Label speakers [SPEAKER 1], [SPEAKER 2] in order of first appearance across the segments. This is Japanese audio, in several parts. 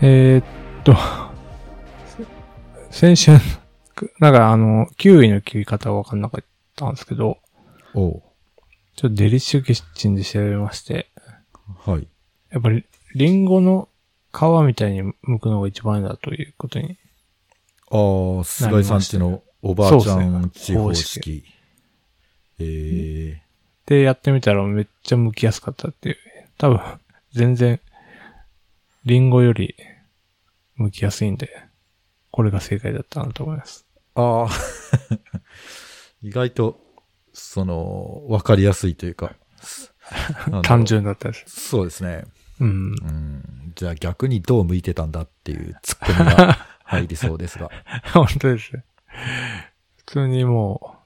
[SPEAKER 1] えーっと、先週、なんかあの、キウイの切り方がわかんなかったんですけど、
[SPEAKER 2] おう
[SPEAKER 1] ちょっとデリッシュキッチンで調べまして、
[SPEAKER 2] はい。
[SPEAKER 1] やっぱりリンゴの皮みたいに剥くのが一番いいんだということに、
[SPEAKER 2] ああ、菅井さんちのおばあちゃん地方
[SPEAKER 1] そうっ
[SPEAKER 2] 式。えー、
[SPEAKER 1] で、やってみたらめっちゃ剥きやすかったっていう。多分、全然、リンゴより剥きやすいんで、これが正解だったなと思います。
[SPEAKER 2] ああ、 意外と、その、わかりやすいというか。あの
[SPEAKER 1] 単。純だったです。
[SPEAKER 2] そうですね。
[SPEAKER 1] うん。
[SPEAKER 2] うん。じゃあ逆にどう向いてたんだっていうツッコミが 入りそうですが。
[SPEAKER 1] 本当ですね。普通にも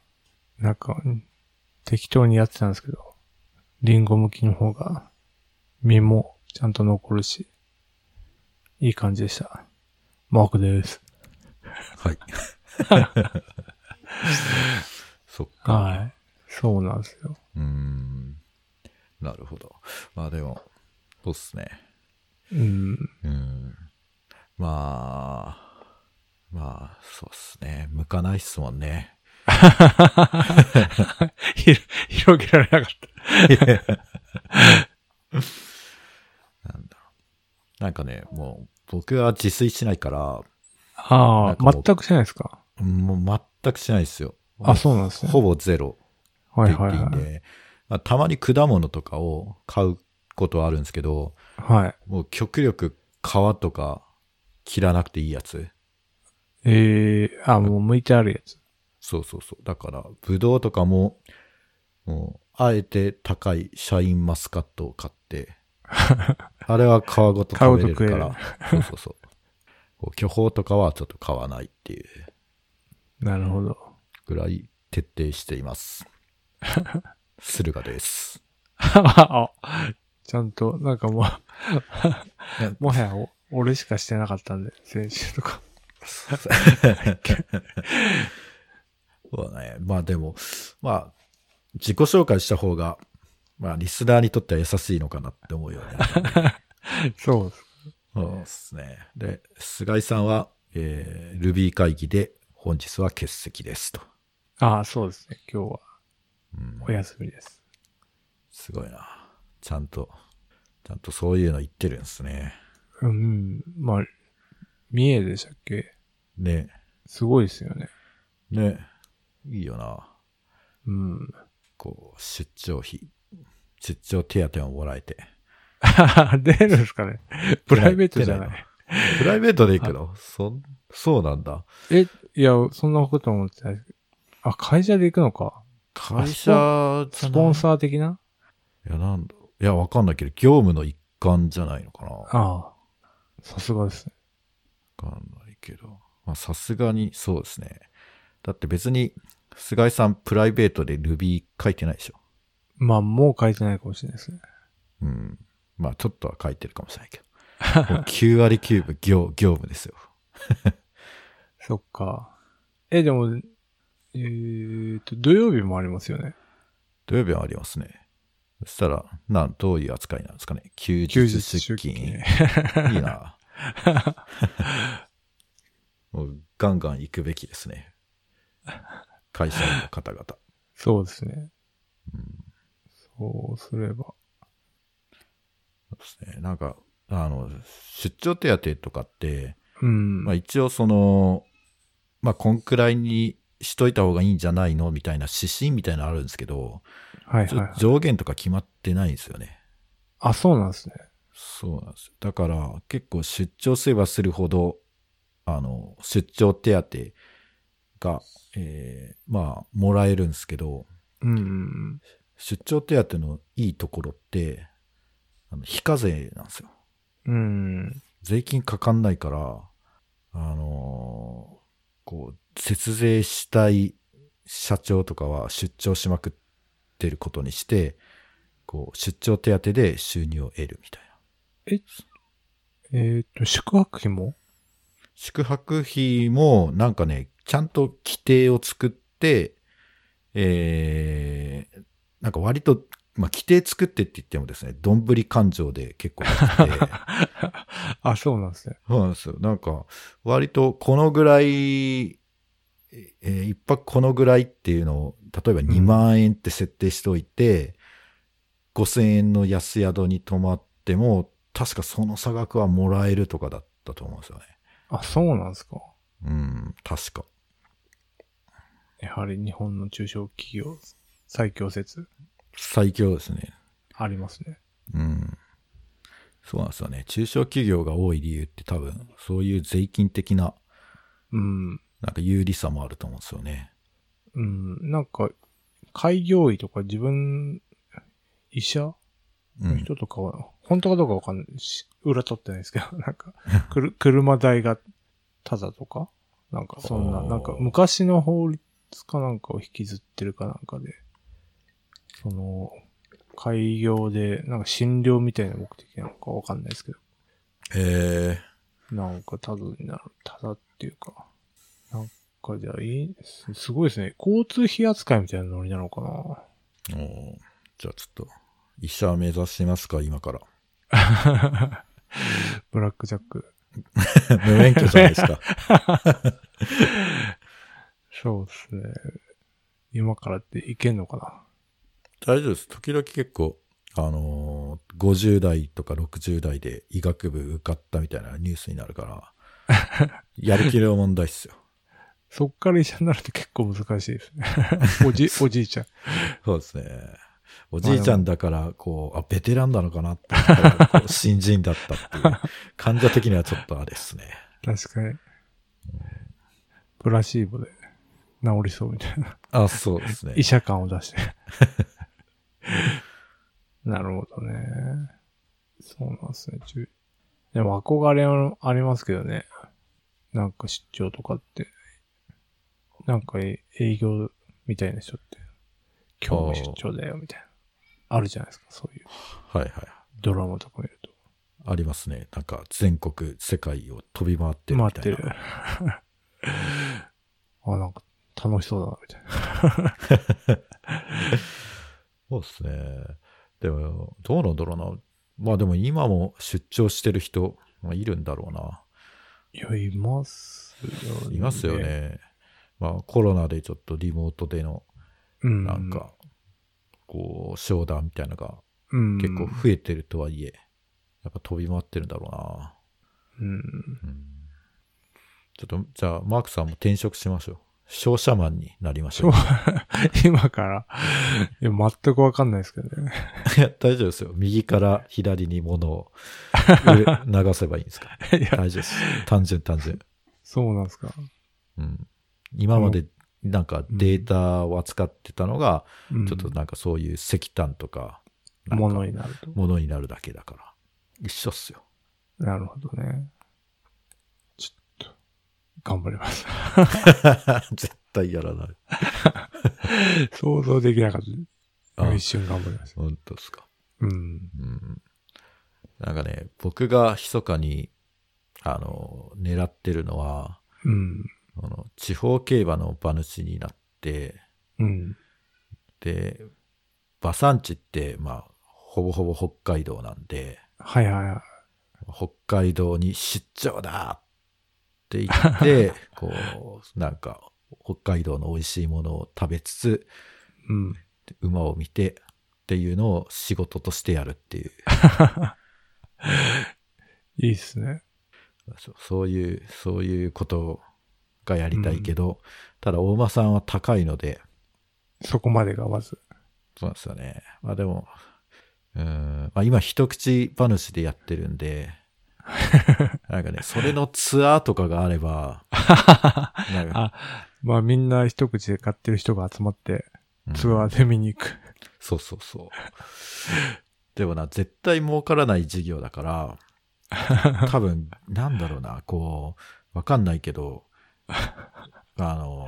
[SPEAKER 1] う、なんか、適当にやってたんですけど、リンゴ向きの方が、身もちゃんと残るし、いい感じでした。マークです。
[SPEAKER 2] はい。 そっか。
[SPEAKER 1] はい。そうなんですよ。
[SPEAKER 2] うん。なるほど。まあでも、そうっすね。
[SPEAKER 1] うん。
[SPEAKER 2] うん。まあ、まあ、そうっすね。向かないっすもんね。
[SPEAKER 1] ひろ広げられなかっ
[SPEAKER 2] なんかね、もう、僕は自炊しないから、
[SPEAKER 1] た。あ
[SPEAKER 2] なんか
[SPEAKER 1] あ、
[SPEAKER 2] もう
[SPEAKER 1] 全くしないですか。
[SPEAKER 2] もう全くしないですよ。
[SPEAKER 1] あ、そうなんですね。
[SPEAKER 2] ほぼゼロっ
[SPEAKER 1] は
[SPEAKER 2] て
[SPEAKER 1] い
[SPEAKER 2] 言っ
[SPEAKER 1] はい
[SPEAKER 2] ていいん
[SPEAKER 1] はい。
[SPEAKER 2] で、まあたまに果物とかを買うことはあるんですけど、
[SPEAKER 1] はい。
[SPEAKER 2] もう極力皮とか切らなくていいやつ。
[SPEAKER 1] ええあ、もう向いてあるやつ。
[SPEAKER 2] そうそうそう。だから、ぶどうとかも、もう、あえて高いシャインマスカットを買 って、あれは皮ごと食べれるから、そうそうそう。こう巨峰とかはちょっと買わないっていう
[SPEAKER 1] なるほど。
[SPEAKER 2] ぐらい徹底しています。駿河です。
[SPEAKER 1] あ ちゃんと、なんかも
[SPEAKER 2] いや
[SPEAKER 1] う、もはやお、俺しかしてなかったんで、先週とか。
[SPEAKER 2] そうだね。まあでも、まあ、自己紹介した方が、まあ、リスナーにとっては優しいのかなって思うよね。
[SPEAKER 1] そうです。
[SPEAKER 2] そうですね。で、菅井さんは、えー、Ruby 会議で本日は欠席ですと。
[SPEAKER 1] ああ、そうですね。今日は
[SPEAKER 2] うん
[SPEAKER 1] お休みです。
[SPEAKER 2] すごいな。ちゃんと、ちゃんとそういうの言ってるんですね。
[SPEAKER 1] うん、まあ、三重でしたっけ
[SPEAKER 2] ね。
[SPEAKER 1] すごいですよね。
[SPEAKER 2] ね。いいよな。
[SPEAKER 1] うん。
[SPEAKER 2] こう、出張費、出張手当ももらえて。
[SPEAKER 1] 出るんです かね プライベートじゃない。
[SPEAKER 2] プライベートで行くのそん、そうなんだ。
[SPEAKER 1] え、いや、そんなこと思ってない。あ、会社で行くのか。
[SPEAKER 2] 会社じゃ
[SPEAKER 1] ス
[SPEAKER 2] な
[SPEAKER 1] ポ
[SPEAKER 2] い
[SPEAKER 1] ンサー的ない
[SPEAKER 2] や、なんだ。いや、わかんないけど、業務の一環じゃないのかな。わ
[SPEAKER 1] ああ。さすがですね。
[SPEAKER 2] かんないけど。まあ、さすがに、そうですね。だって別に、菅井さん、プライベートで Ruby 書いてないでしょ。
[SPEAKER 1] まあ、もう書いてないかもしれないですね。
[SPEAKER 2] うん。まあ、ちょっとは書いてるかもしれないけ ど。もう9割9分業、業務ですよ。
[SPEAKER 1] そっか。え、でも、えー、と、土曜日もありますよね。
[SPEAKER 2] 土曜日はありますね。そしたら、なん、どういう扱いなんですかね。休
[SPEAKER 1] 休
[SPEAKER 2] 日
[SPEAKER 1] 日
[SPEAKER 2] 出
[SPEAKER 1] 出
[SPEAKER 2] 勤。
[SPEAKER 1] 勤。
[SPEAKER 2] い いな。もう、ガンガン行くべきですね。会社員の方々。
[SPEAKER 1] そうですね。
[SPEAKER 2] うん
[SPEAKER 1] そうすれば。
[SPEAKER 2] そうですね。なんか、あの、出張手当とかって、
[SPEAKER 1] うん。
[SPEAKER 2] まあ一応その、まあこんくらいにしといた方がいいんじゃないのみたいな指針みたいなのあるんですけど、
[SPEAKER 1] はい
[SPEAKER 2] ち
[SPEAKER 1] はい
[SPEAKER 2] ょ
[SPEAKER 1] は
[SPEAKER 2] っ
[SPEAKER 1] い
[SPEAKER 2] と。上限とか決まってないんですよね。
[SPEAKER 1] あ、そうなんですね。
[SPEAKER 2] そうなんですよ。だから結構出張すればするほど、あの、出張手当が、えーまあもらえるんですけど、
[SPEAKER 1] うんうん
[SPEAKER 2] 出張手当のいいところって、あの非課税なんですよ。
[SPEAKER 1] うん。うん。
[SPEAKER 2] 税金かかんないから、あのーこう、節税したい社長とかは出張しまくってることにして、こう、出張手当で収入を得るみたいな。
[SPEAKER 1] えー、と、宿泊費 も
[SPEAKER 2] 宿泊費もなんかね、ちゃんと規定を作って、えー、なんか割とまあ、規定作ってって言ってもですね、どんぶり感情で結構来て
[SPEAKER 1] あ、そうなんですね。
[SPEAKER 2] そうなんですよ。なんか、割とこのぐらい、えー一泊このぐらいっていうのを、例えば2万円って設定しておいて、5000円の安宿に泊まっても、確かその差額はもらえるとかだったと思うんですよね。
[SPEAKER 1] あ、そうなんですか。
[SPEAKER 2] うん、確か。
[SPEAKER 1] やはり日本の中小企業最強説
[SPEAKER 2] 最強ですね。
[SPEAKER 1] ありますね。
[SPEAKER 2] うん。そうなんですよね。中小企業が多い理由って多分、そういう税金的な、
[SPEAKER 1] うん。
[SPEAKER 2] なんか有利さもあると思うんですよね。
[SPEAKER 1] うん。なんか、開業医とか自分、医者
[SPEAKER 2] う
[SPEAKER 1] の
[SPEAKER 2] ん。
[SPEAKER 1] 人とかは、本当かどうかわかんないし、裏取ってないですけど、 なんか、くる車代がタダとかなんかそんな、
[SPEAKER 2] あー
[SPEAKER 1] なんか昔の法律かなんかを引きずってるかなんかで、その、開業で、なんか診療みたいな目的なのかわかんないですけど、
[SPEAKER 2] え
[SPEAKER 1] なんかタダになる、タダっていうか、なんかじゃあいい、すすごいですね。交通費扱いみたいなノリなのかな
[SPEAKER 2] ー、おーじゃあちょっと、医者目指しますか、今から。
[SPEAKER 1] ブラックジャック。
[SPEAKER 2] 無免許じゃないですか。
[SPEAKER 1] そうですね。今からっていけんのかな
[SPEAKER 2] 大丈夫です。時々結構、あのー50代とか60代で医学部受かったみたいなニュースになるから、 やる気の問題っすよ。
[SPEAKER 1] そっから医者になると結構難しいですね。おじ、おじいちゃん。
[SPEAKER 2] そうですね。おじいちゃんだから、こう、あ、ベテランなのかなって思ったら、こ う新人だったっていう、患者的にはちょっとあれですね。
[SPEAKER 1] 確かに。プラシーボで治りそうみたいな。
[SPEAKER 2] あ、そうですね
[SPEAKER 1] 医。者感を出して。 なるほどね。そうなんですね。中でも憧れはありますけどね。なんか出張とかって。なんかえ営業みたいな人って、今日も出張だよみたいな。あるじゃないですか。そういう
[SPEAKER 2] はいはい。
[SPEAKER 1] ドラマとか見ると。
[SPEAKER 2] ありますね。なんか、全国、世界を飛び回ってる
[SPEAKER 1] 回
[SPEAKER 2] み
[SPEAKER 1] った
[SPEAKER 2] い
[SPEAKER 1] て
[SPEAKER 2] な。
[SPEAKER 1] る。 あ、なんか楽しそうだな、みたいな。
[SPEAKER 2] そうですね。でも、どうなんだろうな。まあでも今も出張してる人、まあ、いるんだろうな。
[SPEAKER 1] いや、いますよね。
[SPEAKER 2] いますよ。ね。まあコロナでちょっとリモートでの、
[SPEAKER 1] うん。
[SPEAKER 2] なん、か、こう、商談みたいなのが
[SPEAKER 1] うん、
[SPEAKER 2] 結構増えてるとはいえ、やっぱ飛び回ってるんだろうな。
[SPEAKER 1] うん。
[SPEAKER 2] うんちょっと、じゃあ、マークさんも転職しましょう。商社マンになりましょう。
[SPEAKER 1] 今から、いや、全くわかんないですけどね。
[SPEAKER 2] いや 大丈夫ですよ。右から左に物を上流せばいいんですか。
[SPEAKER 1] いや、
[SPEAKER 2] 大丈夫です。単純単純。
[SPEAKER 1] そうなんですか。
[SPEAKER 2] うん、今までなんかデータを扱ってたのが、
[SPEAKER 1] うん、
[SPEAKER 2] ちょっとなんかそういう石炭とか、なんか
[SPEAKER 1] ものになると。
[SPEAKER 2] ものになるだけだから。一緒っすよ。
[SPEAKER 1] なるほどね。ちょっと、頑張ります。
[SPEAKER 2] 絶対やらない。
[SPEAKER 1] 想像できなかった。
[SPEAKER 2] あ
[SPEAKER 1] 一瞬頑張ります。
[SPEAKER 2] 本当ですか。
[SPEAKER 1] うん。
[SPEAKER 2] うん。なんかね、僕が密かに、あの、狙ってるのは、
[SPEAKER 1] うん。
[SPEAKER 2] あの地方競馬の馬主になって、
[SPEAKER 1] うん。
[SPEAKER 2] で、馬産地って、まあ、ほぼほぼ北海道なんで、
[SPEAKER 1] はいはいはい。
[SPEAKER 2] 北海道に出張だって言 って、こう、なんか、北海道の美味しいものを食べつつ、
[SPEAKER 1] うん。
[SPEAKER 2] 馬を見てっていうのを仕事としてやるっていう、
[SPEAKER 1] いいっすね。
[SPEAKER 2] そそういう、そういうことがやりたいけど、ただ大馬さんは高いので、
[SPEAKER 1] そこまでがまず。
[SPEAKER 2] そうなんですよね。まあでも、うーん、まあ今一口馬主でやってるんで、 なんかね、それのツアーとかがあれ ば、なんか
[SPEAKER 1] あ、まあみんな一口で買ってる人が集まって、
[SPEAKER 2] うん
[SPEAKER 1] ツアーで見に行く。
[SPEAKER 2] そうそうそう。でもな、絶対儲からない事業だから、多分、なんだろうな、こう、わかんないけど、あの、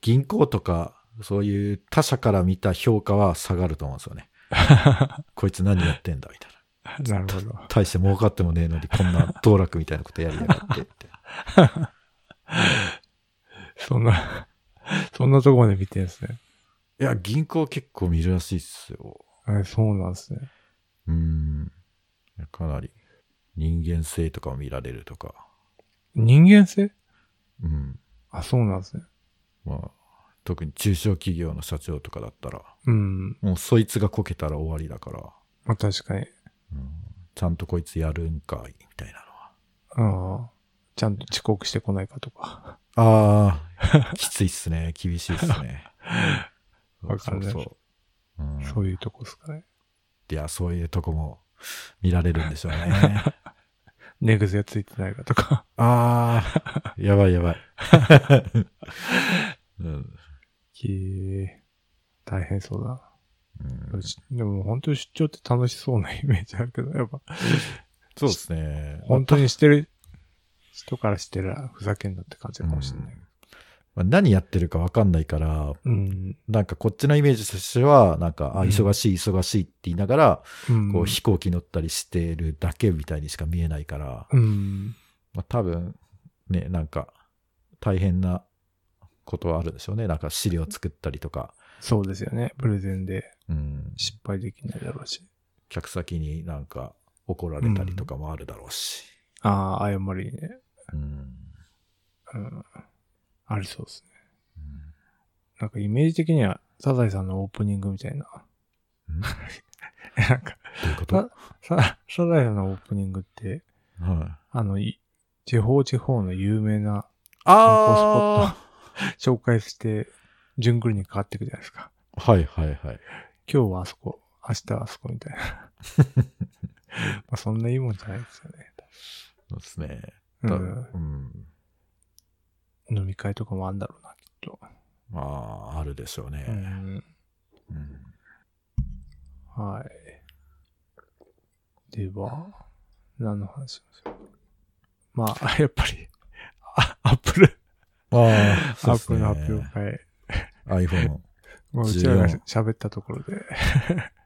[SPEAKER 2] 銀行とか、そういう他社から見た評価は下がると思うんですよね。こいつ何やってんだ、みたいな。
[SPEAKER 1] なるほど。
[SPEAKER 2] 大して儲かってもねえのに、こんな道楽みたいなことやりやがってって。
[SPEAKER 1] そんな、そんなとこまで見てるんですね。
[SPEAKER 2] いや、銀行結構見るらしいっすよ。
[SPEAKER 1] え、そうなんですね。
[SPEAKER 2] うん。かなり人間性とかを見られるとか。
[SPEAKER 1] 人間性
[SPEAKER 2] うん。
[SPEAKER 1] あ、そうなんですね。
[SPEAKER 2] まあ、特に中小企業の社長とかだったら、
[SPEAKER 1] うん。
[SPEAKER 2] もうそいつがこけたら終わりだから、
[SPEAKER 1] まあ確かに。
[SPEAKER 2] うん、ちゃんとこいつやるんかい、みたいなのは。
[SPEAKER 1] ああ。ちゃんと遅刻してこないかとか。
[SPEAKER 2] ああ、 きついっすね。厳しいっすね。
[SPEAKER 1] わかるね
[SPEAKER 2] そうそう。うん、
[SPEAKER 1] そういうとこですかね。
[SPEAKER 2] いや、そういうとこも見られるんでしょうね。
[SPEAKER 1] 寝癖がついてないかとか。
[SPEAKER 2] ああ、やばいやばい。 うん
[SPEAKER 1] きー大変そうだ
[SPEAKER 2] う
[SPEAKER 1] な。
[SPEAKER 2] ん
[SPEAKER 1] しでも本当に出張って楽しそうなイメージあるけど、やっぱ、
[SPEAKER 2] そうですね。
[SPEAKER 1] 本当にしてる人からしてらふざけんなって感じかもしれない。
[SPEAKER 2] まあ何やってるかわかんないから、
[SPEAKER 1] うん。
[SPEAKER 2] なんかこっちのイメージとしては、なんか、あ、
[SPEAKER 1] うん
[SPEAKER 2] 忙しい忙しいって言いながら、
[SPEAKER 1] うん。
[SPEAKER 2] こう飛行機乗ったりしてるだけみたいにしか見えないから、
[SPEAKER 1] うん。
[SPEAKER 2] まあ、多分、ね、なんか、大変なことはあるでしょうね。なんか資料作ったりとか、
[SPEAKER 1] そうですよね。プレゼンで
[SPEAKER 2] うん、
[SPEAKER 1] 失敗できないだろうし。
[SPEAKER 2] 客先になんか怒られたりとかもあるだろうし。
[SPEAKER 1] ああ、謝りね。
[SPEAKER 2] うん
[SPEAKER 1] うん。ありそうですね。なんかイメージ的には、サザエさんのオープニングみたいな。
[SPEAKER 2] んど
[SPEAKER 1] なんか、
[SPEAKER 2] ういうこと、は
[SPEAKER 1] あササザエさんのオープニングって、
[SPEAKER 2] い、
[SPEAKER 1] あの、い地方地方の有名な
[SPEAKER 2] あ
[SPEAKER 1] 紹介して、順繰りに変わっていくじゃないですか。
[SPEAKER 2] あはいはいはい。
[SPEAKER 1] 今日はあそこ、明日はあそこみたいな。ま あそんないいもんじゃないですよね。
[SPEAKER 2] そうですね。
[SPEAKER 1] う
[SPEAKER 2] た
[SPEAKER 1] ん、
[SPEAKER 2] うん
[SPEAKER 1] 飲み会とかもあんだろうな、きっと。
[SPEAKER 2] まあ、あるでしょう
[SPEAKER 1] う
[SPEAKER 2] ね。
[SPEAKER 1] ん、
[SPEAKER 2] うん
[SPEAKER 1] はい。では、何の話しましょうまあ、やっぱり、あアップル、
[SPEAKER 2] ああ、
[SPEAKER 1] ア
[SPEAKER 2] そうっ
[SPEAKER 1] ッ
[SPEAKER 2] す
[SPEAKER 1] プ
[SPEAKER 2] ね
[SPEAKER 1] ルの発表会。
[SPEAKER 2] iPhone。
[SPEAKER 1] まあ、うちらが
[SPEAKER 2] 14
[SPEAKER 1] 喋ったところで、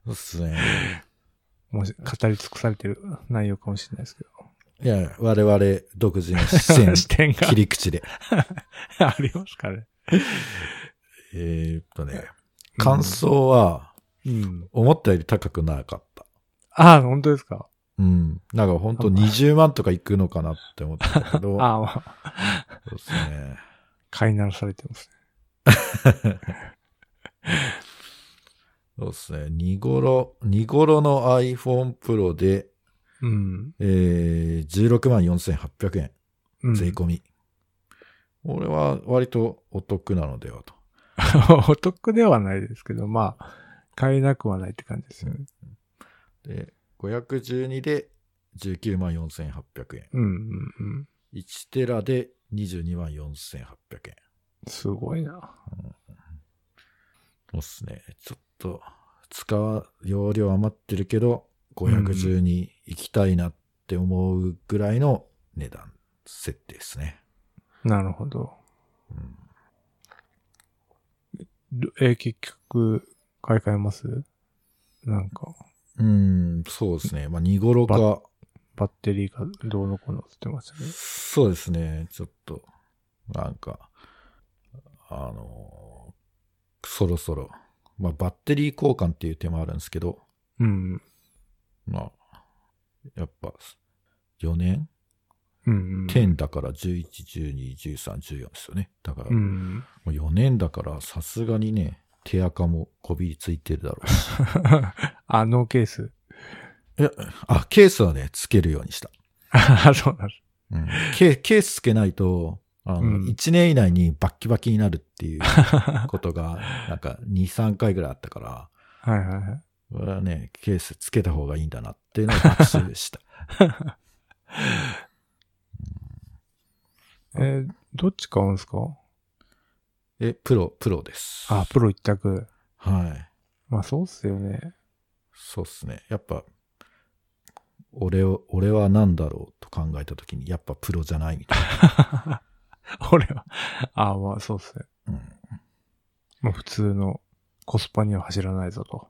[SPEAKER 2] そうっすね。
[SPEAKER 1] もう語り尽くされてる内容かもしれないですけど。
[SPEAKER 2] いや、我々独自の視 線、
[SPEAKER 1] 視点が
[SPEAKER 2] 切り口で。
[SPEAKER 1] ありますかね。
[SPEAKER 2] えーっとね、感想は
[SPEAKER 1] うん。
[SPEAKER 2] 思ったより高くなかった。
[SPEAKER 1] ああ、本当ですか。
[SPEAKER 2] うん。なんか本当20万とかいくのかなって思ったけ ど、
[SPEAKER 1] ああ、まあ、
[SPEAKER 2] そうですね。
[SPEAKER 1] 飼いならされてます
[SPEAKER 2] そうですね。2頃、2頃の iPhone Pro で、
[SPEAKER 1] ね。うん。
[SPEAKER 2] えー、16万4800円、
[SPEAKER 1] うん、
[SPEAKER 2] 税込み。俺は割とお得なのではと。
[SPEAKER 1] お得ではないですけど、まあ、買えなくはないって感じですよね。
[SPEAKER 2] で、512で19万4800円。
[SPEAKER 1] うん、うん、うん。
[SPEAKER 2] 1テラで22万4800円。
[SPEAKER 1] すごいな。
[SPEAKER 2] そうっすね。ちょっと、使う容量余ってるけど、512行きたいなって思うぐらいの値段設定ですね。
[SPEAKER 1] なるほど。
[SPEAKER 2] うん
[SPEAKER 1] どえー結局、買い替えますなんか、
[SPEAKER 2] うーん、そうですね。まあ、2頃か。
[SPEAKER 1] バッテリーがどうのこうのって言ってましたけど。
[SPEAKER 2] そうですね。ちょっと、なんか、あのーそろそろ、まあ、バッテリー交換っていう手もあるんですけど、
[SPEAKER 1] うん。
[SPEAKER 2] まあ、やっぱ、4年
[SPEAKER 1] うん、うん。
[SPEAKER 2] 10だから11、12、13、14ですよね。だから、
[SPEAKER 1] う
[SPEAKER 2] も
[SPEAKER 1] ん。
[SPEAKER 2] う4年だから、さすがにね、手垢もこびりついてるだろうし。
[SPEAKER 1] あ、ノーケース。
[SPEAKER 2] いやあ、ケースはね、つけるようにした。
[SPEAKER 1] あそうなんです。
[SPEAKER 2] うんケケースつけないと、あの、
[SPEAKER 1] うん
[SPEAKER 2] 1年以内にバッキバキになるっていう ことが、なんか2、3回ぐらいあったから、
[SPEAKER 1] はいはいはい。
[SPEAKER 2] これはね、ケースつけた方がいいんだなっていうのを学習 した。
[SPEAKER 1] えーどっち買うんですか
[SPEAKER 2] え、プロ、プロです。
[SPEAKER 1] あ、プロ一択。
[SPEAKER 2] はい。
[SPEAKER 1] まあそうっすよね。
[SPEAKER 2] そうっすね。やっぱ、俺を、俺は何だろうと考えたときに、やっぱプロじゃないみた い
[SPEAKER 1] 俺は。あまあそうっすね。
[SPEAKER 2] な。うん、
[SPEAKER 1] まあ普通のコスパには走らないぞと。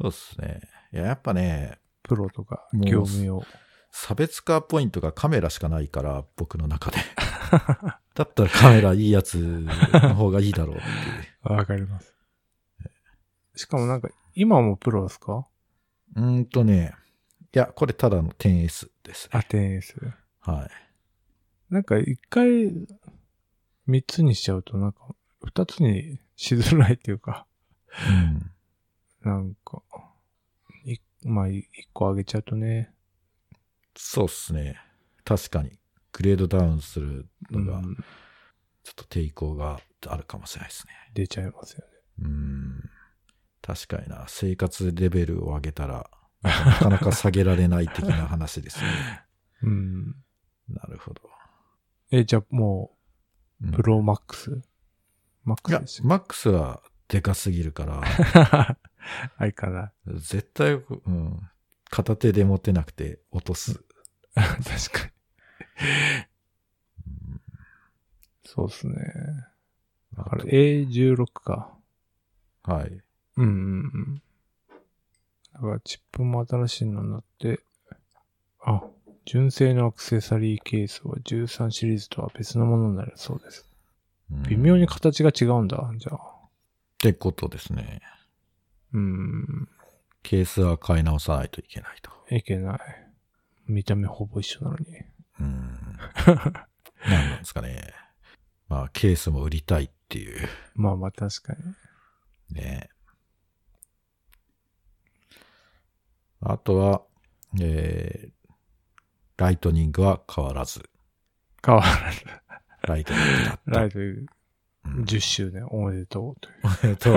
[SPEAKER 2] そうっすね。いや、やっぱね、
[SPEAKER 1] プロとか
[SPEAKER 2] もう
[SPEAKER 1] 業務用。
[SPEAKER 2] 差別化ポイントがカメラしかないから、僕の 中で。だったらカメラいいやつの方がいいだろうっていう。
[SPEAKER 1] わかります。しかもなんか今もプロですか
[SPEAKER 2] うーんとね、いや、これただの 10S です
[SPEAKER 1] あ、
[SPEAKER 2] ね。
[SPEAKER 1] 10S。
[SPEAKER 2] はい。
[SPEAKER 1] なんか一回、三つにしちゃうとなんか、二つにしづらいっていうか、
[SPEAKER 2] うん
[SPEAKER 1] なんか、いまあ、い一個上げちゃうとね。
[SPEAKER 2] そうっすね。確かに。グレードダウンするのが、
[SPEAKER 1] うん
[SPEAKER 2] ちょっと抵抗があるかもしれないですね。
[SPEAKER 1] 出ちゃいますよね。
[SPEAKER 2] うん。確かにな。生活レベルを上げたら、なかなか下げられない的な話ですね。
[SPEAKER 1] うん。
[SPEAKER 2] なるほど。
[SPEAKER 1] え、じゃあも
[SPEAKER 2] うん
[SPEAKER 1] う、プロマックス、マッ
[SPEAKER 2] い
[SPEAKER 1] クス
[SPEAKER 2] や
[SPEAKER 1] で、し
[SPEAKER 2] マックスはでかすぎるから、
[SPEAKER 1] た。相変わ
[SPEAKER 2] 絶対、うん、片手で持てなくて落とす。
[SPEAKER 1] らず 確かに。
[SPEAKER 2] うん
[SPEAKER 1] そうっすね。
[SPEAKER 2] あ
[SPEAKER 1] だから
[SPEAKER 2] と
[SPEAKER 1] A16 か。
[SPEAKER 2] はい。
[SPEAKER 1] うんうんうん。だからチップも新しいのになって、あ、純正のアクセサリーケースは13シリーズとは別のものになるそうです。
[SPEAKER 2] うん
[SPEAKER 1] 微妙に形が違うんだ、じゃあ。
[SPEAKER 2] ってことですね。
[SPEAKER 1] うん、
[SPEAKER 2] ケースは買い直さないといけないと。
[SPEAKER 1] いけない。見た目ほぼ一緒なのに。
[SPEAKER 2] うん。なんなんですかね。まあ、ケースも売りたいっていう。
[SPEAKER 1] まあまあ確かに。
[SPEAKER 2] ね。あとは、えー、ライトニングは変わらず。
[SPEAKER 1] 変わらず。
[SPEAKER 2] ライトニングだった。
[SPEAKER 1] ライト
[SPEAKER 2] うん
[SPEAKER 1] 10周年おめでとうという。
[SPEAKER 2] えっと、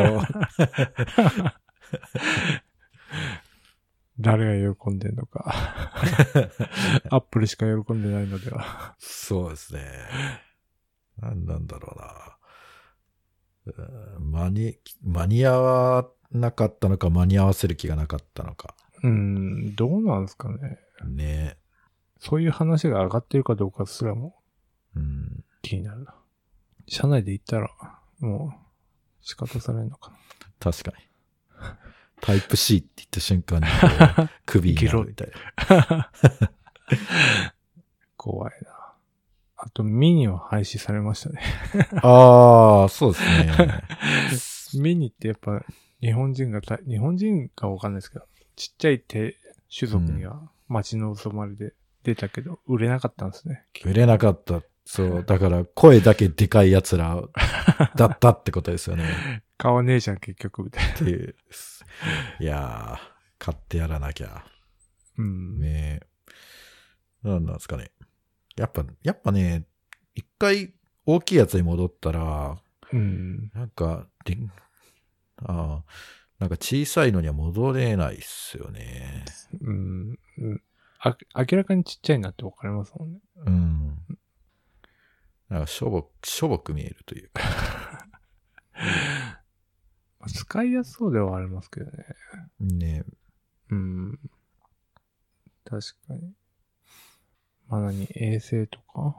[SPEAKER 1] 誰が喜んでんの か。アップルしか喜んでないのでは。
[SPEAKER 2] そうですね。なんなんだろうな。うん間に、間に合わなかったのか、間に合わせる気がなかったのか。
[SPEAKER 1] うん、どうなんですかね。
[SPEAKER 2] ね。
[SPEAKER 1] そういう話が上がってるかどうかすらも
[SPEAKER 2] うん。
[SPEAKER 1] 気になるな。社内で言ったら、もう、仕方されんのかな。
[SPEAKER 2] 確かに。タイプ C って言った瞬間に こう、首になるみたいな。
[SPEAKER 1] 怖いな。あと、ミニは廃止されましたね。
[SPEAKER 2] ああ、そうですね。
[SPEAKER 1] ミニってやっぱ、日本人がた、日本人かわかんないですけど、ちっちゃい手、種族には街のおそまりで出たけど、売れなかったんですね。
[SPEAKER 2] 売れなかった。そう、だから声だけでかい奴らだったってことですよね。
[SPEAKER 1] 買わねえじゃん、結局、みたい な。
[SPEAKER 2] っていう。いやー、買ってやらなきゃ。
[SPEAKER 1] うん。
[SPEAKER 2] ねえ。なんなんですかね。やっぱ、やっぱね、一回大きいやつに戻ったら、
[SPEAKER 1] うん。
[SPEAKER 2] なんか、でああ、なんか小さいのには戻れないっすよね。
[SPEAKER 1] うん。うんあ、明らかにちっちゃいなってわかりますもんね。
[SPEAKER 2] うん。なんか、しょぼ、しょぼく見えるというか。
[SPEAKER 1] まあ使いやすそうではありますけどね。
[SPEAKER 2] ね
[SPEAKER 1] うん。確かに。まあ何、衛星とか、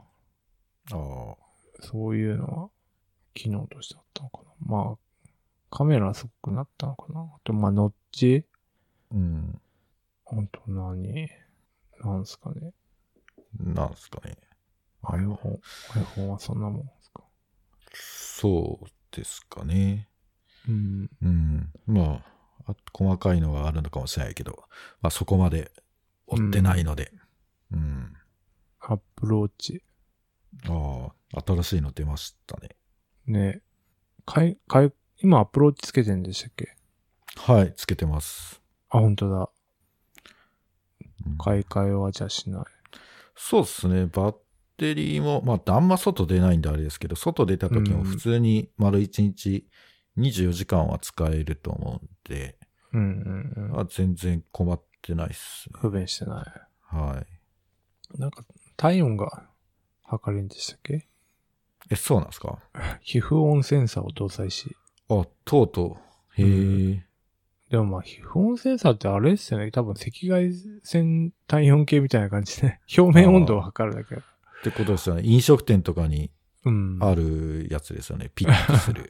[SPEAKER 2] ああ。
[SPEAKER 1] そういうのは、機能としてあったのかな。まあ、カメラすごくなったのかな。あと、まあ、ノッチ
[SPEAKER 2] うん。
[SPEAKER 1] ほんと何なんすかね。
[SPEAKER 2] なんですかね。
[SPEAKER 1] iPhone。iPhone はそんなもんですか。
[SPEAKER 2] そうですかね。
[SPEAKER 1] うん。
[SPEAKER 2] うん。まあ、あ細かいのがあるのかもしれないけど、まあそこまで追ってないので。うん。
[SPEAKER 1] Apple Watch。
[SPEAKER 2] ああ、新しいの出ましたね。
[SPEAKER 1] ね。かい、かい、今 Apple Watch つけてんでしたっけ
[SPEAKER 2] はい、つけてます。
[SPEAKER 1] あ、本当だ。
[SPEAKER 2] うん
[SPEAKER 1] 買い替えはじゃあしない。
[SPEAKER 2] そうですね。バッテリーも、まあ、あんま外出ないんであれですけど、外出た時も普通に丸1日24時間は使えると思うんで、
[SPEAKER 1] うんうんうん。
[SPEAKER 2] まあ、全然困ってないっすね。
[SPEAKER 1] 不便してない。
[SPEAKER 2] はい。
[SPEAKER 1] なんか、体温が測れるんでしたっけ
[SPEAKER 2] え、そうなんですか
[SPEAKER 1] 皮膚温センサーを搭載し。
[SPEAKER 2] あ、とうとう。へえ、
[SPEAKER 1] でもまあ、皮膚温センサーってあれですよね。多分赤外線体温計みたいな感じで、 表面温度を測るだけ。
[SPEAKER 2] ってことですよね。飲食店とかに
[SPEAKER 1] うん。
[SPEAKER 2] あるやつです よね。ピッとする。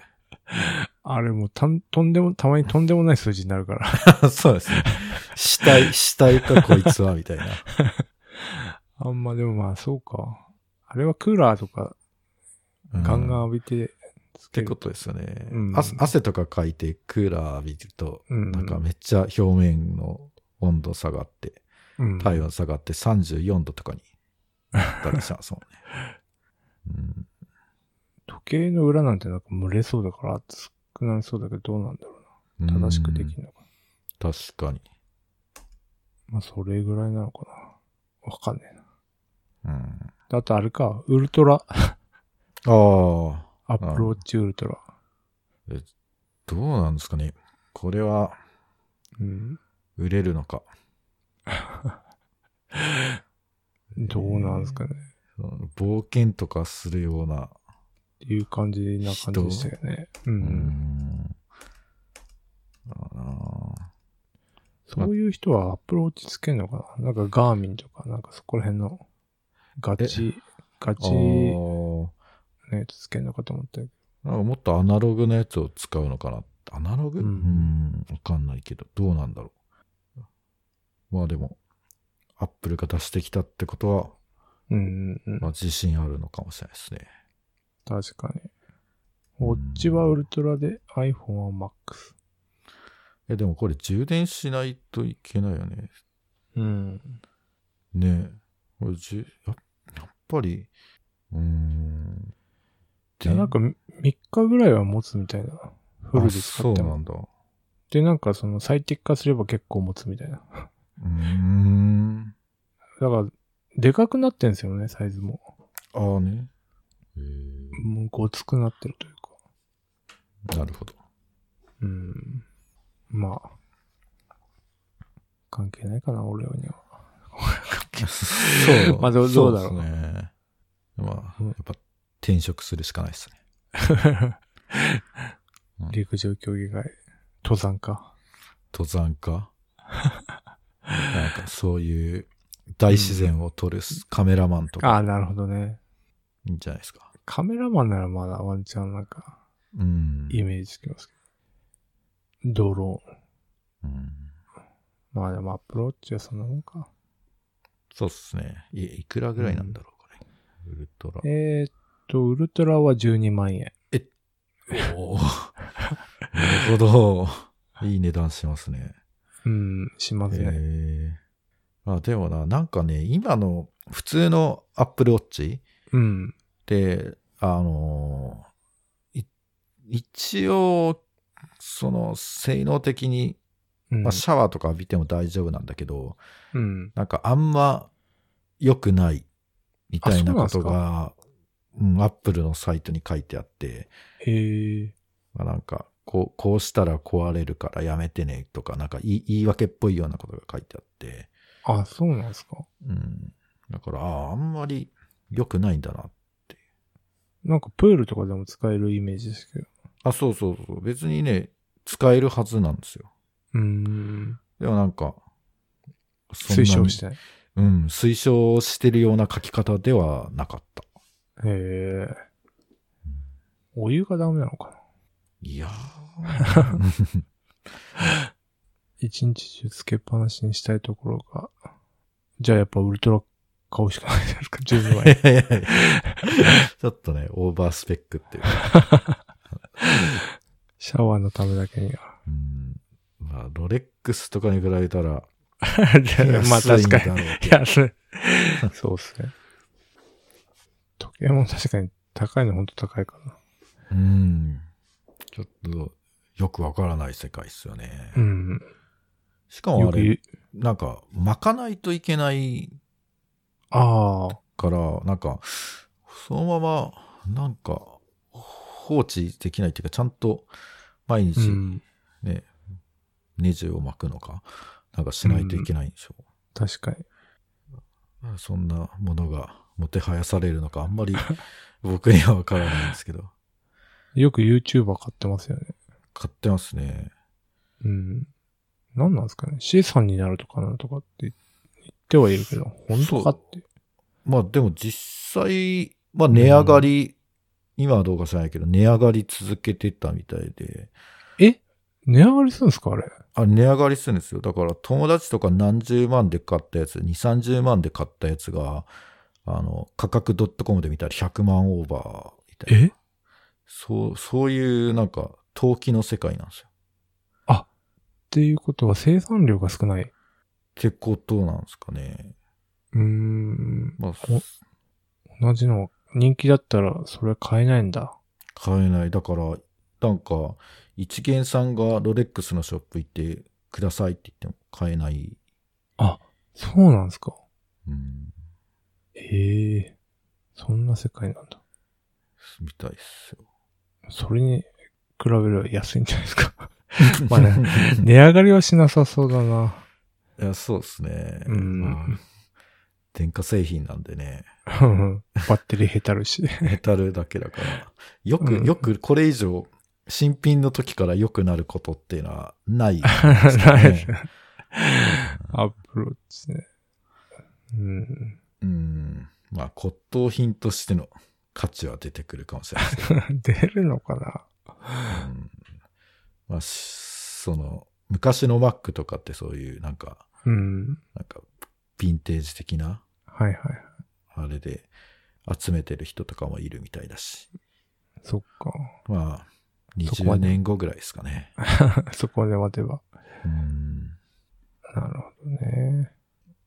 [SPEAKER 1] あれもうたん、とんでも、たまにとんでもない数字になるから。
[SPEAKER 2] そうですね。死体、死体かこいつは、みたいな。
[SPEAKER 1] あんまでもまあ、そうか。あれはクーラーとか
[SPEAKER 2] うん
[SPEAKER 1] ガンガン浴びて
[SPEAKER 2] ってことですよね、
[SPEAKER 1] うん
[SPEAKER 2] 汗。汗とかかいてクーラー浴びると、
[SPEAKER 1] うん
[SPEAKER 2] なんかめっちゃ表面の温度下がって、
[SPEAKER 1] うん
[SPEAKER 2] 体温下がって34度とかになったりしたんですもんね。 うん
[SPEAKER 1] 時計の裏なんてなんか蒸れそうだから熱くなりそうだけどどうなんだろうな。正しくできるのかな。
[SPEAKER 2] 確かに。
[SPEAKER 1] まあそれぐらいなのかな。わかんねえな。
[SPEAKER 2] うん、
[SPEAKER 1] あとあれか、ウルトラ、
[SPEAKER 2] ああ、
[SPEAKER 1] アプローチウルトラ。
[SPEAKER 2] どうなんですかね。これは
[SPEAKER 1] うん。
[SPEAKER 2] 売れるのか。
[SPEAKER 1] どうなんですかね。
[SPEAKER 2] うん冒険とかするような、
[SPEAKER 1] っていう感じな感じでしたよね。う。
[SPEAKER 2] うんんあ
[SPEAKER 1] そういう人はアプローチつけんのかななんかガーミンとか、なんかそこら辺のガチ、ガ
[SPEAKER 2] ーあ
[SPEAKER 1] チの
[SPEAKER 2] ー
[SPEAKER 1] やつつけんのかと思ったけど。
[SPEAKER 2] なんかもっとアナログなやつを使うのかな。アナログ
[SPEAKER 1] う
[SPEAKER 2] うんん、わかんないけど、どうなんだろう。まあでも、アップルが出してきたってことは、
[SPEAKER 1] うんうんうん。
[SPEAKER 2] まあ自信あるのかもしれないですね。
[SPEAKER 1] 確かに。ウォッチはウルトラで iPhone は MAX。
[SPEAKER 2] え、でもこれ充電しないといけないよね。
[SPEAKER 1] うん。
[SPEAKER 2] ねえ。これじゅややっぱり、うーん。
[SPEAKER 1] じゃあなんか3日ぐらいは持つみたいな。フルで使
[SPEAKER 2] あ
[SPEAKER 1] って
[SPEAKER 2] そうな
[SPEAKER 1] も。
[SPEAKER 2] んだ。
[SPEAKER 1] で、なんかその最適化すれば結構持つみたいな。
[SPEAKER 2] うーん。
[SPEAKER 1] だから、でかくなってんすよね、サイズも。
[SPEAKER 2] ああね。え
[SPEAKER 1] もうごつくなってるというか。
[SPEAKER 2] なるほど。
[SPEAKER 1] うん。まあ。関係ないかな、俺には。
[SPEAKER 2] そ う。
[SPEAKER 1] まあどうどうだろう
[SPEAKER 2] そですね。まあ、
[SPEAKER 1] うん
[SPEAKER 2] やっぱ転職するしかないですね。
[SPEAKER 1] 陸上競技会。登山家。
[SPEAKER 2] 登山家 なんかそういう大自然を撮るカメラマンとか
[SPEAKER 1] ああ、なるほどね。
[SPEAKER 2] いいんじゃないですか。
[SPEAKER 1] カメラマンならまだワンチャンなんか、
[SPEAKER 2] うん。
[SPEAKER 1] イメージつきますけど。ドローン。
[SPEAKER 2] うん
[SPEAKER 1] まあでもアプローチはそんなもんか。
[SPEAKER 2] そうっすね。いいくらぐらいなんだろう、これ。ウルトラ。
[SPEAKER 1] えー、っと、ウルトラは12万円。
[SPEAKER 2] おー なるほど。いい値段しますね。
[SPEAKER 1] うん、しますね。
[SPEAKER 2] ええあ、でもな、なんかね、今の普通の Apple Watch
[SPEAKER 1] うん。
[SPEAKER 2] で、あのーい一応、その、性能的に、
[SPEAKER 1] うん
[SPEAKER 2] まあ、シャワーとか浴びても大丈夫なんだけど、
[SPEAKER 1] うん。
[SPEAKER 2] なんかあんま良くないみたいなこ
[SPEAKER 1] あそ
[SPEAKER 2] と
[SPEAKER 1] う
[SPEAKER 2] が、うん、アップルのサイトに書いてあって、
[SPEAKER 1] へえ。
[SPEAKER 2] まあ、なんか、こう、こうしたら壊れるからやめてねとか、なんか言い言い訳っぽいようなことが書いてあって、
[SPEAKER 1] あ、そうなんですか。
[SPEAKER 2] うん。だから、ああ、あんまり良くないんだな。
[SPEAKER 1] なんかプールとかでも使えるイメージですけど。
[SPEAKER 2] あ、そうそうそう。別にね、使えるはずなんですよ。
[SPEAKER 1] うーん。
[SPEAKER 2] でもなんか、そん
[SPEAKER 1] 推
[SPEAKER 2] なに
[SPEAKER 1] 奨してない。
[SPEAKER 2] うん、推奨してるような書き方ではなかった。
[SPEAKER 1] へえ。お湯がダメなのかない
[SPEAKER 2] やー。
[SPEAKER 1] 一日中つけっぱなしにしたいところが。じゃあやっぱウルトラ買うしかないじゃないですか、12万円。
[SPEAKER 2] いやいやいや ちょっとね、オーバースペックっていうか。
[SPEAKER 1] シャワーのためだけには。
[SPEAKER 2] うんまあ、ロレックスとかに比べ たら、
[SPEAKER 1] まあ確かに。
[SPEAKER 2] に。
[SPEAKER 1] いや、それ そうっすね。時計も確かに高いの本当高いかな。
[SPEAKER 2] うん。ちょっと、よくわからない世界ですよね。
[SPEAKER 1] うん。
[SPEAKER 2] しかも
[SPEAKER 1] よ
[SPEAKER 2] あ
[SPEAKER 1] く言
[SPEAKER 2] れ
[SPEAKER 1] う、。
[SPEAKER 2] なんか、巻かないといけない
[SPEAKER 1] ああ、
[SPEAKER 2] から、なんか、そのまま、なんか、放置できないっていうか、ちゃんと、毎
[SPEAKER 1] う
[SPEAKER 2] 日、
[SPEAKER 1] ん。
[SPEAKER 2] ね、ネジを巻くのか、なんかしないといけないんでしょう。
[SPEAKER 1] 確かに。
[SPEAKER 2] そんなものがもてはやされるのか、あんまり 僕にはわからないんですけど。
[SPEAKER 1] よく YouTuber 買ってますよね。
[SPEAKER 2] 買ってますね。
[SPEAKER 1] うん。何なんですかね。C さんになるとかなんとかって言ってはいるけど、本当かって。
[SPEAKER 2] まあでも実際、まあ値上がり、今はどうか知らないけど、値上がり続けてたみたいで、
[SPEAKER 1] え値上がりするんですかあれ。
[SPEAKER 2] あ、値上がりするんですよ。だから友達とか何十万で買ったやつ、2、30万で買ったやつが、あの、価格 .com で見たら100万オーバーみたいな。
[SPEAKER 1] え
[SPEAKER 2] そう、そういうなんか、投機の世界なんですよ。
[SPEAKER 1] っていうことは生産量が少ない。
[SPEAKER 2] ってことなんですかね。
[SPEAKER 1] うーん。
[SPEAKER 2] まあ、
[SPEAKER 1] 同じの、人気だったらそれは買えないんだ。
[SPEAKER 2] 買えない。だから、なんか、一元さんがロレックスのショップ行ってくださいって言っても買えない。
[SPEAKER 1] そうなんですか。
[SPEAKER 2] うん。
[SPEAKER 1] へえ。そんな世界なんだ。
[SPEAKER 2] みたいっすよ。
[SPEAKER 1] それに比べれば安いんじゃないですか。 まあ ね値上がりはしなさそうだな。
[SPEAKER 2] いや、そうですね。
[SPEAKER 1] うん
[SPEAKER 2] まあ電化製品なんでね。
[SPEAKER 1] うんバッテリーへたるし。
[SPEAKER 2] メタルだけだから。よく、
[SPEAKER 1] うん
[SPEAKER 2] よくこれ以上、新品の時から良くなることっていうのはな い、
[SPEAKER 1] ないですね。アプローチね。うん。
[SPEAKER 2] うん。まあ、骨董品としての価値は出てくるかもしれな いです
[SPEAKER 1] 出
[SPEAKER 2] け
[SPEAKER 1] るのかな
[SPEAKER 2] ど。うんまあ、しその、昔の Mac とかってそういう、なんか、
[SPEAKER 1] うん。
[SPEAKER 2] なんか、ヴィンテージ的な、
[SPEAKER 1] はいはい。
[SPEAKER 2] あれで集めてる人とかもいるみたいだし。
[SPEAKER 1] そっか。
[SPEAKER 2] まあ、
[SPEAKER 1] そこま
[SPEAKER 2] 20
[SPEAKER 1] で
[SPEAKER 2] 年後ぐらいですかね。
[SPEAKER 1] そこで待てば。
[SPEAKER 2] うん。
[SPEAKER 1] なるほどね。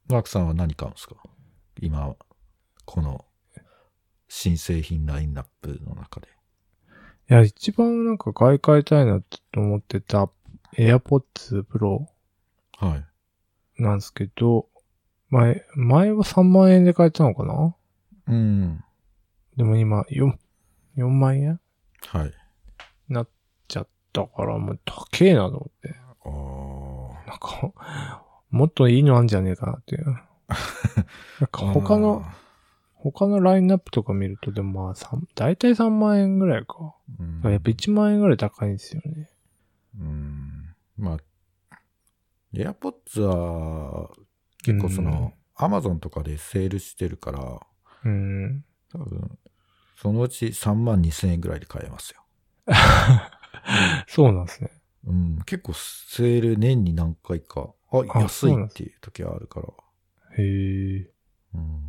[SPEAKER 2] マークさんは何買うんですか今、この新製品ラインナップの中で。
[SPEAKER 1] いや、一番なんか買い替えたいなって思ってた AirPods Pro
[SPEAKER 2] はい。
[SPEAKER 1] なんですけど、前、前は3万円で買えたのかな
[SPEAKER 2] うん。
[SPEAKER 1] でも今4、4万円
[SPEAKER 2] はい。
[SPEAKER 1] なっちゃったから、もう高えなと思って。
[SPEAKER 2] ああ。
[SPEAKER 1] なんか、もっといいのあんじゃねえかなっていう。なんか他 の、他のラインナップとか見ると、でもまあ、三大体3万円ぐらいか。
[SPEAKER 2] うん、
[SPEAKER 1] やっぱ1万円ぐらい高いんですよね。
[SPEAKER 2] うん。まあ、AirPods は結構その、Amazon とかでセールしてるから、
[SPEAKER 1] うん。
[SPEAKER 2] 多分、そのうち3万2千円ぐらいで買えますよ。
[SPEAKER 1] そうなんですね。
[SPEAKER 2] うん。結構セール年に何回か、あ、
[SPEAKER 1] あ
[SPEAKER 2] 安いっていう時はあるから。
[SPEAKER 1] へえ。
[SPEAKER 2] うん。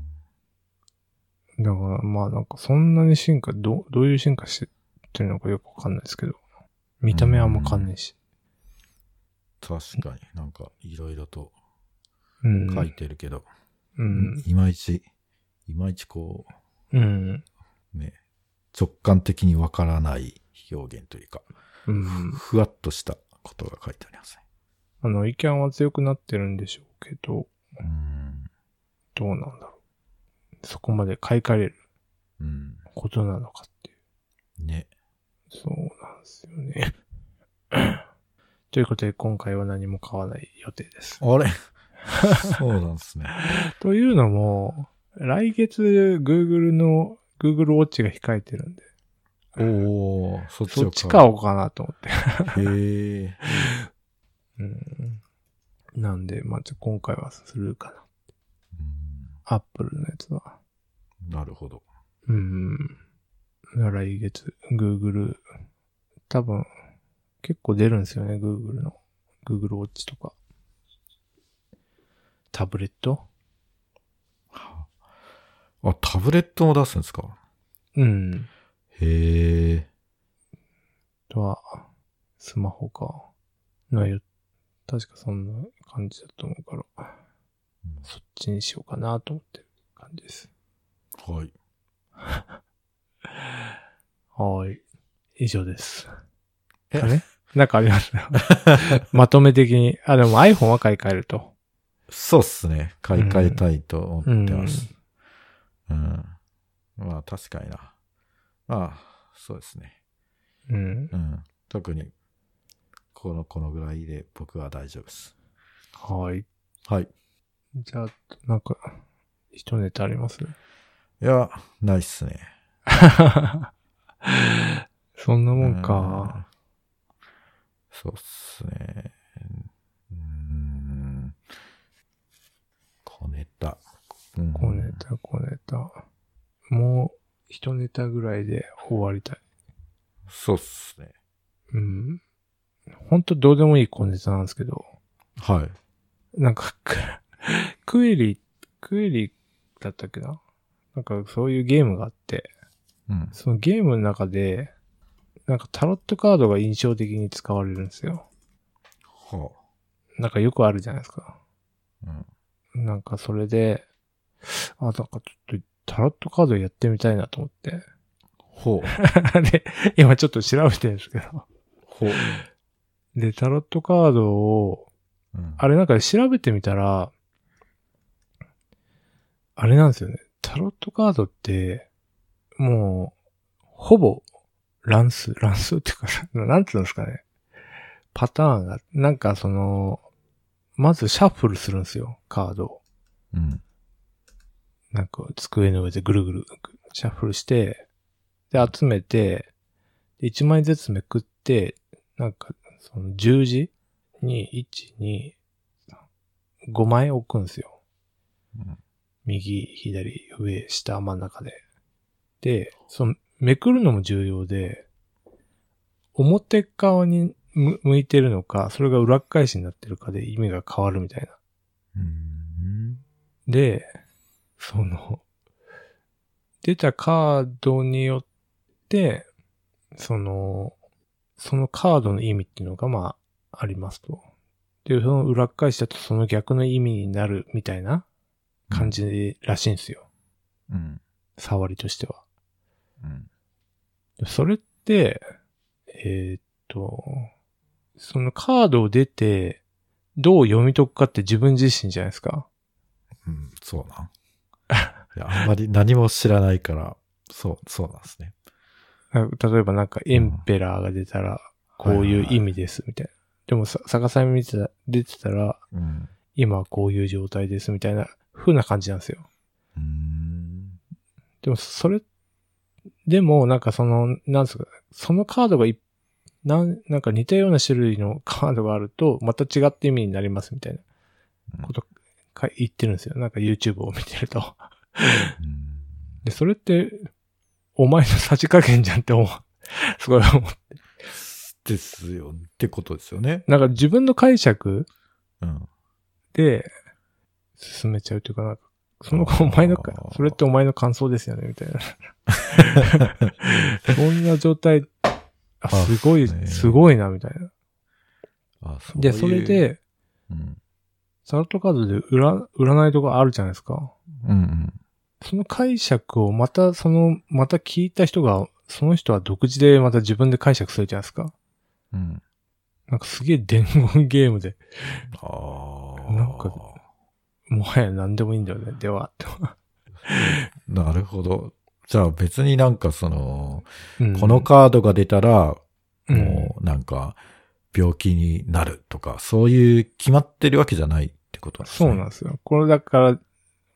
[SPEAKER 1] だからまあなんかそんなに進化、ど、どういう進化してってるのかよくわかんないですけど。見た目はあんま変わんないし。
[SPEAKER 2] 確かになんかいろいろと
[SPEAKER 1] うん。
[SPEAKER 2] 書いてるけど、
[SPEAKER 1] うん。
[SPEAKER 2] いまいち、いまいちこ
[SPEAKER 1] うん。
[SPEAKER 2] う、ね、直感的にわからない表現というか、
[SPEAKER 1] うん。
[SPEAKER 2] ふわっとしたことが書いてありますね。
[SPEAKER 1] あの、意見は強くなってるんでしょうけど、
[SPEAKER 2] うん。
[SPEAKER 1] どうなんだろう。そこまで買い替えれる
[SPEAKER 2] うん。
[SPEAKER 1] ことなのかっていう。
[SPEAKER 2] ね。
[SPEAKER 1] そうなんですよね。 ということで、今回は何も買わない予定です。
[SPEAKER 2] あれ そうなんですね。
[SPEAKER 1] というのも、来月 Google の Google Watch が控えてるんで、
[SPEAKER 2] おお、そっち
[SPEAKER 1] そ
[SPEAKER 2] を
[SPEAKER 1] っち買
[SPEAKER 2] う。
[SPEAKER 1] おうかなと思って。
[SPEAKER 2] へえ。
[SPEAKER 1] うん。なんで、まあ、ちょ、今回はするかな。
[SPEAKER 2] うん
[SPEAKER 1] アップルのやつは。
[SPEAKER 2] なるほど。
[SPEAKER 1] うん。来月、Google、多分、結構出るんですよね、Google の。Google Watch とか。タブレット
[SPEAKER 2] はあ、タブレットも出すんですか
[SPEAKER 1] うん。
[SPEAKER 2] へえ。
[SPEAKER 1] あとは、スマホか。のよ、確かそんな感じだと思うから、そっちにしようかなと思ってる感じです。
[SPEAKER 2] はい。
[SPEAKER 1] はーい。以上です。
[SPEAKER 2] え
[SPEAKER 1] あれ なんかありますまとめ的に。あ、でも iPhone は買い替えると。
[SPEAKER 2] そうっすね。買い替えたいと思ってます。うん。まあ、確かにな。まあ、そうですね。
[SPEAKER 1] うん。
[SPEAKER 2] うん。特に、この、このぐらいで僕は大丈夫です。
[SPEAKER 1] はい。
[SPEAKER 2] はい。
[SPEAKER 1] じゃあ、なんか、一ネタあります
[SPEAKER 2] いや、ないっすね。
[SPEAKER 1] そんなも
[SPEAKER 2] うん
[SPEAKER 1] か。。
[SPEAKER 2] そうっすね。うーん。小ネタ。うん
[SPEAKER 1] 小ネタ、小ネタ。もう、一ネタぐらいで終わりたい。
[SPEAKER 2] そうっすね。
[SPEAKER 1] うん。ほんとどうでもいい小ネタなんですけど。
[SPEAKER 2] はい。
[SPEAKER 1] なんかク、クエリ、クエリだったっけななんかそういうゲームがあって、
[SPEAKER 2] うん。
[SPEAKER 1] そのゲームの中で、なんかタロットカードが印象的に使われるんですよ。
[SPEAKER 2] は
[SPEAKER 1] なんかよくあるじゃないですか。
[SPEAKER 2] あ。うん。
[SPEAKER 1] なんかそれで、あ、なんかちょっとタロットカードやってみたいなと思って。
[SPEAKER 2] ほう。
[SPEAKER 1] あれ、今ちょっと調べてるんですけど。
[SPEAKER 2] ほう。
[SPEAKER 1] で、タロットカードを、
[SPEAKER 2] うん、
[SPEAKER 1] あれなんか調べてみたら、あれなんですよね。タロットカードって、もう、ほぼ、乱数、 乱数っていうか、ななんつうんですかね。パターンが、なんかその、まずシャッフルするんですよ、カードを。
[SPEAKER 2] うん。
[SPEAKER 1] なんか机の上でぐるぐるシャッフルして、で、集めて、で、1枚ずつめくって、なんか、その十字に、1、2、3 5枚置くんですよ。
[SPEAKER 2] うん
[SPEAKER 1] 右、左、上、下、真ん中で。で、その、めくるのも重要で、表側にむ向いてるのか、それが裏返しになってるかで意味が変わるみたいな。
[SPEAKER 2] うん。
[SPEAKER 1] で、その、出たカードによって、その、そのカードの意味っていうのが、まあ、ありますと。で、その裏返しだとその逆の意味になるみたいな感じらしいんですよ。
[SPEAKER 2] うん。
[SPEAKER 1] 触りとしては。
[SPEAKER 2] うん。
[SPEAKER 1] それって、えーっと、そのカードを出て、どう読み解くかって自分自身じゃないですか。
[SPEAKER 2] うん。そうなん。 いや、あんまり何も知らないから、そう、そうなんですね。
[SPEAKER 1] あ例えばなんかエンペラーが出たら、こういう意味です、みたいな。でもさ、逆さに見てた、出てたら、
[SPEAKER 2] うん。
[SPEAKER 1] 今はこういう状態です、みたいな、風な感じなんですよ。
[SPEAKER 2] うん。
[SPEAKER 1] でも、それ、でも、なんかその、なんですか、そのカードがい、なん、なんか似たような種類のカードがあると、また違った意味になります、みたいなことか言ってるんですよ。なんか YouTube を見てると。
[SPEAKER 2] うん
[SPEAKER 1] で、それって、お前のさじ加減じゃんって思う。すごい思う。
[SPEAKER 2] ですよ。ってことですよね。
[SPEAKER 1] なんか自分の解釈
[SPEAKER 2] うん。
[SPEAKER 1] で、進めちゃうというか、なんか、その子お前のか
[SPEAKER 2] あ、ー
[SPEAKER 1] それってお前の感想ですよね、みたい な。そんな状態、あ、
[SPEAKER 2] あ
[SPEAKER 1] すごい、
[SPEAKER 2] そうね
[SPEAKER 1] すごいな、みたいな。
[SPEAKER 2] あそういう
[SPEAKER 1] で、それ、で、
[SPEAKER 2] うん。
[SPEAKER 1] タロットカードで占、占いとかあるじゃないですか。
[SPEAKER 2] うんうん。
[SPEAKER 1] その解釈をまた、その、また聞いた人が、その人は独自でまた自分で解釈するじゃないですか。
[SPEAKER 2] うん。
[SPEAKER 1] なんかすげえ伝言ゲームで、
[SPEAKER 2] ああ。
[SPEAKER 1] なんかもはや何でもいいんだよね、では。と
[SPEAKER 2] なるほど。じゃあ別になんかその、
[SPEAKER 1] うん
[SPEAKER 2] このカードが出たら、
[SPEAKER 1] うん
[SPEAKER 2] もうなんか、病気になるとか、そういう決まってるわけじゃないってことなんです
[SPEAKER 1] そ
[SPEAKER 2] ね。
[SPEAKER 1] うなんですよ。これだから、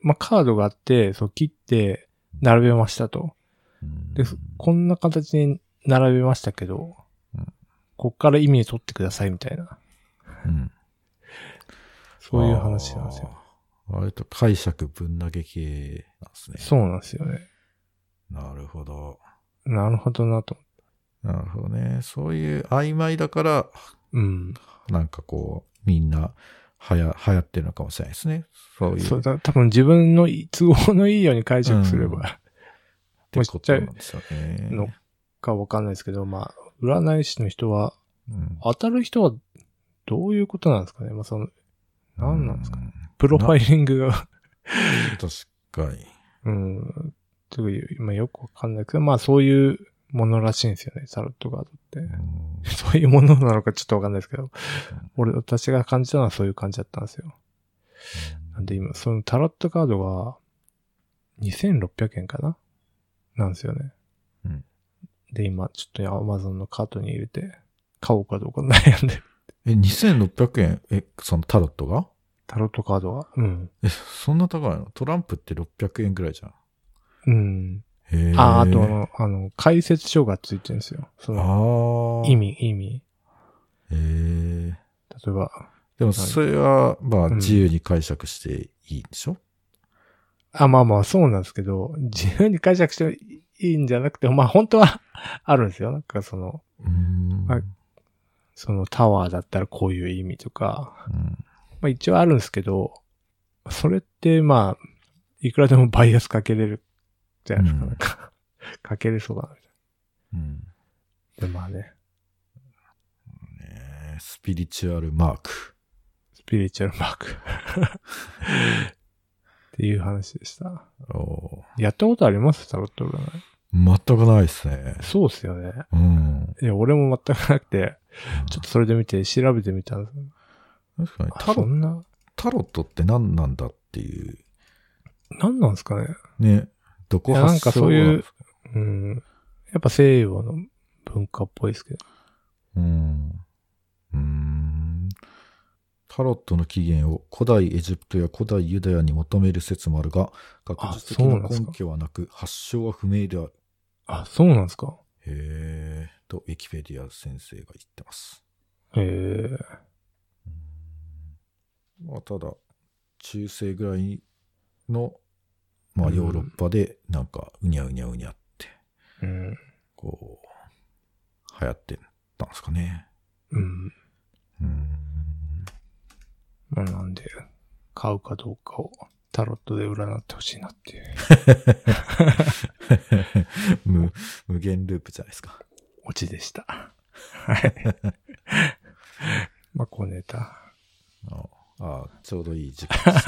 [SPEAKER 1] まあ、カードがあって、そう切って並べましたと。
[SPEAKER 2] うん
[SPEAKER 1] で、こんな形に並べましたけど
[SPEAKER 2] うん、
[SPEAKER 1] こっから意味を取ってくださいみたいな、
[SPEAKER 2] うん
[SPEAKER 1] そういう話なんですよ。。
[SPEAKER 2] あー割と解釈分投げ系なんですね。
[SPEAKER 1] そうなんですよね。
[SPEAKER 2] なるほど。
[SPEAKER 1] なるほどなと。
[SPEAKER 2] なるほどね。そういう曖昧だから、
[SPEAKER 1] うん。
[SPEAKER 2] なんかこう、みんな、はや、流行ってるのかもしれないですね。そういう。
[SPEAKER 1] そうだ多分自分のい都合のいいように解釈すれ
[SPEAKER 2] うん
[SPEAKER 1] ば、
[SPEAKER 2] ってことなんですよね。
[SPEAKER 1] のかわかんないですけど、まあ、占い師の人は、
[SPEAKER 2] うん
[SPEAKER 1] 当たる人はどういうことなんですかね。まあ、その、何なんですかね。
[SPEAKER 2] ね。
[SPEAKER 1] プロファイリングが
[SPEAKER 2] 確かに。
[SPEAKER 1] うん。という、まあよくわかんないけど、まあそういうものらしいんですよね、タロットカードって。そういうものなのかちょっとわかんないですけど、俺、私が感じたのはそういう感じだったんですよ。なんで今、そのタロットカードが2600円かななんですよね。
[SPEAKER 2] うん
[SPEAKER 1] で、今、ちょっと Amazon のカートに入れて、買おうかどうか悩んでる。
[SPEAKER 2] え、2600円え、そのタロットが
[SPEAKER 1] タロットカードは。うん。
[SPEAKER 2] え、そんな高いのトランプって600円ぐらいじゃ
[SPEAKER 1] う
[SPEAKER 2] ん。
[SPEAKER 1] ん。
[SPEAKER 2] へー
[SPEAKER 1] あ、あとあの、あの、解説書がついてるんですよ。その、
[SPEAKER 2] あー
[SPEAKER 1] 意。味、意味。
[SPEAKER 2] へえ。
[SPEAKER 1] 例えば、
[SPEAKER 2] でもそれは、まあ、
[SPEAKER 1] うん
[SPEAKER 2] 自由に解釈していいでしょ
[SPEAKER 1] あ、まあまあ、そうなんですけど、自由に解釈していいんじゃなくて、まあ本当は あるんですよ。なんかその、
[SPEAKER 2] うーん
[SPEAKER 1] はいそのタワーだったらこういう意味とか、
[SPEAKER 2] うん
[SPEAKER 1] まあ一応あるんですけど、それってまあ、いくらでもバイアスかけれるじゃないですか。
[SPEAKER 2] うん
[SPEAKER 1] なんか、かけれそうだなみたい
[SPEAKER 2] うん
[SPEAKER 1] で、まあね、
[SPEAKER 2] ねスピリチュアルマーク。
[SPEAKER 1] スピリチュアルマー ク。っていう話でした。
[SPEAKER 2] お
[SPEAKER 1] やったことありますタロット占い。
[SPEAKER 2] ー全くないですね。
[SPEAKER 1] そうっすよね。
[SPEAKER 2] うん。
[SPEAKER 1] いや、俺も全くなくて、ちょっとそれで見て調べてみたんです。
[SPEAKER 2] 確かに
[SPEAKER 1] あ
[SPEAKER 2] タ
[SPEAKER 1] そ
[SPEAKER 2] ロ、
[SPEAKER 1] んな、
[SPEAKER 2] タロットって何なんだっていう。
[SPEAKER 1] なんなんですかね。
[SPEAKER 2] ね。どこ
[SPEAKER 1] いやなん
[SPEAKER 2] 発
[SPEAKER 1] か
[SPEAKER 2] 祥
[SPEAKER 1] そういう
[SPEAKER 2] なんですか
[SPEAKER 1] うん。やっぱ西洋の文化っぽいですけど。
[SPEAKER 2] うん。うーん。タロットの起源を古代エジプトや古代ユダヤに求める説もあるが、学術的
[SPEAKER 1] そうなん
[SPEAKER 2] な
[SPEAKER 1] ですか
[SPEAKER 2] 根拠はなく、発祥は不明である。
[SPEAKER 1] あ、そうなんですか。
[SPEAKER 2] へー。と、ウィキペディア先生が言ってます。
[SPEAKER 1] へえ。
[SPEAKER 2] うんまあ、ただ、中世ぐらいの、まあ、
[SPEAKER 1] うん
[SPEAKER 2] ヨーロッパで、なんか、うにゃうにゃうにゃって、
[SPEAKER 1] うん。
[SPEAKER 2] こう、流行ってたんですかね。
[SPEAKER 1] うん。
[SPEAKER 2] うん。
[SPEAKER 1] まあ、なんで、買うかどうかをタロットで占ってほしいなっていう。
[SPEAKER 2] 無無限ループじゃないですか。
[SPEAKER 1] オチでした。 はい。まあ、小ネタ。
[SPEAKER 2] ああ、ちょうどいい時間です。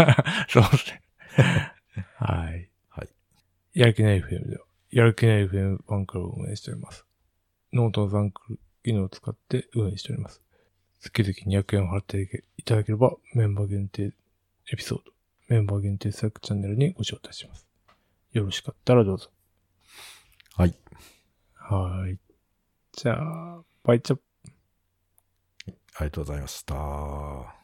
[SPEAKER 1] そうですね。はい。
[SPEAKER 2] はい。
[SPEAKER 1] やる気ない FM では、やる気ない FM ファンクラブを運営しております。ノートのファンクル機能を使って運営しております。月々200円を払っていただければ、メンバー限定エピソード、メンバー限定サイクチャンネルにご招待します。よろしかったらどうぞ。
[SPEAKER 2] はい。
[SPEAKER 1] はい。じゃあ、バイチャップ
[SPEAKER 2] ありがとうございました。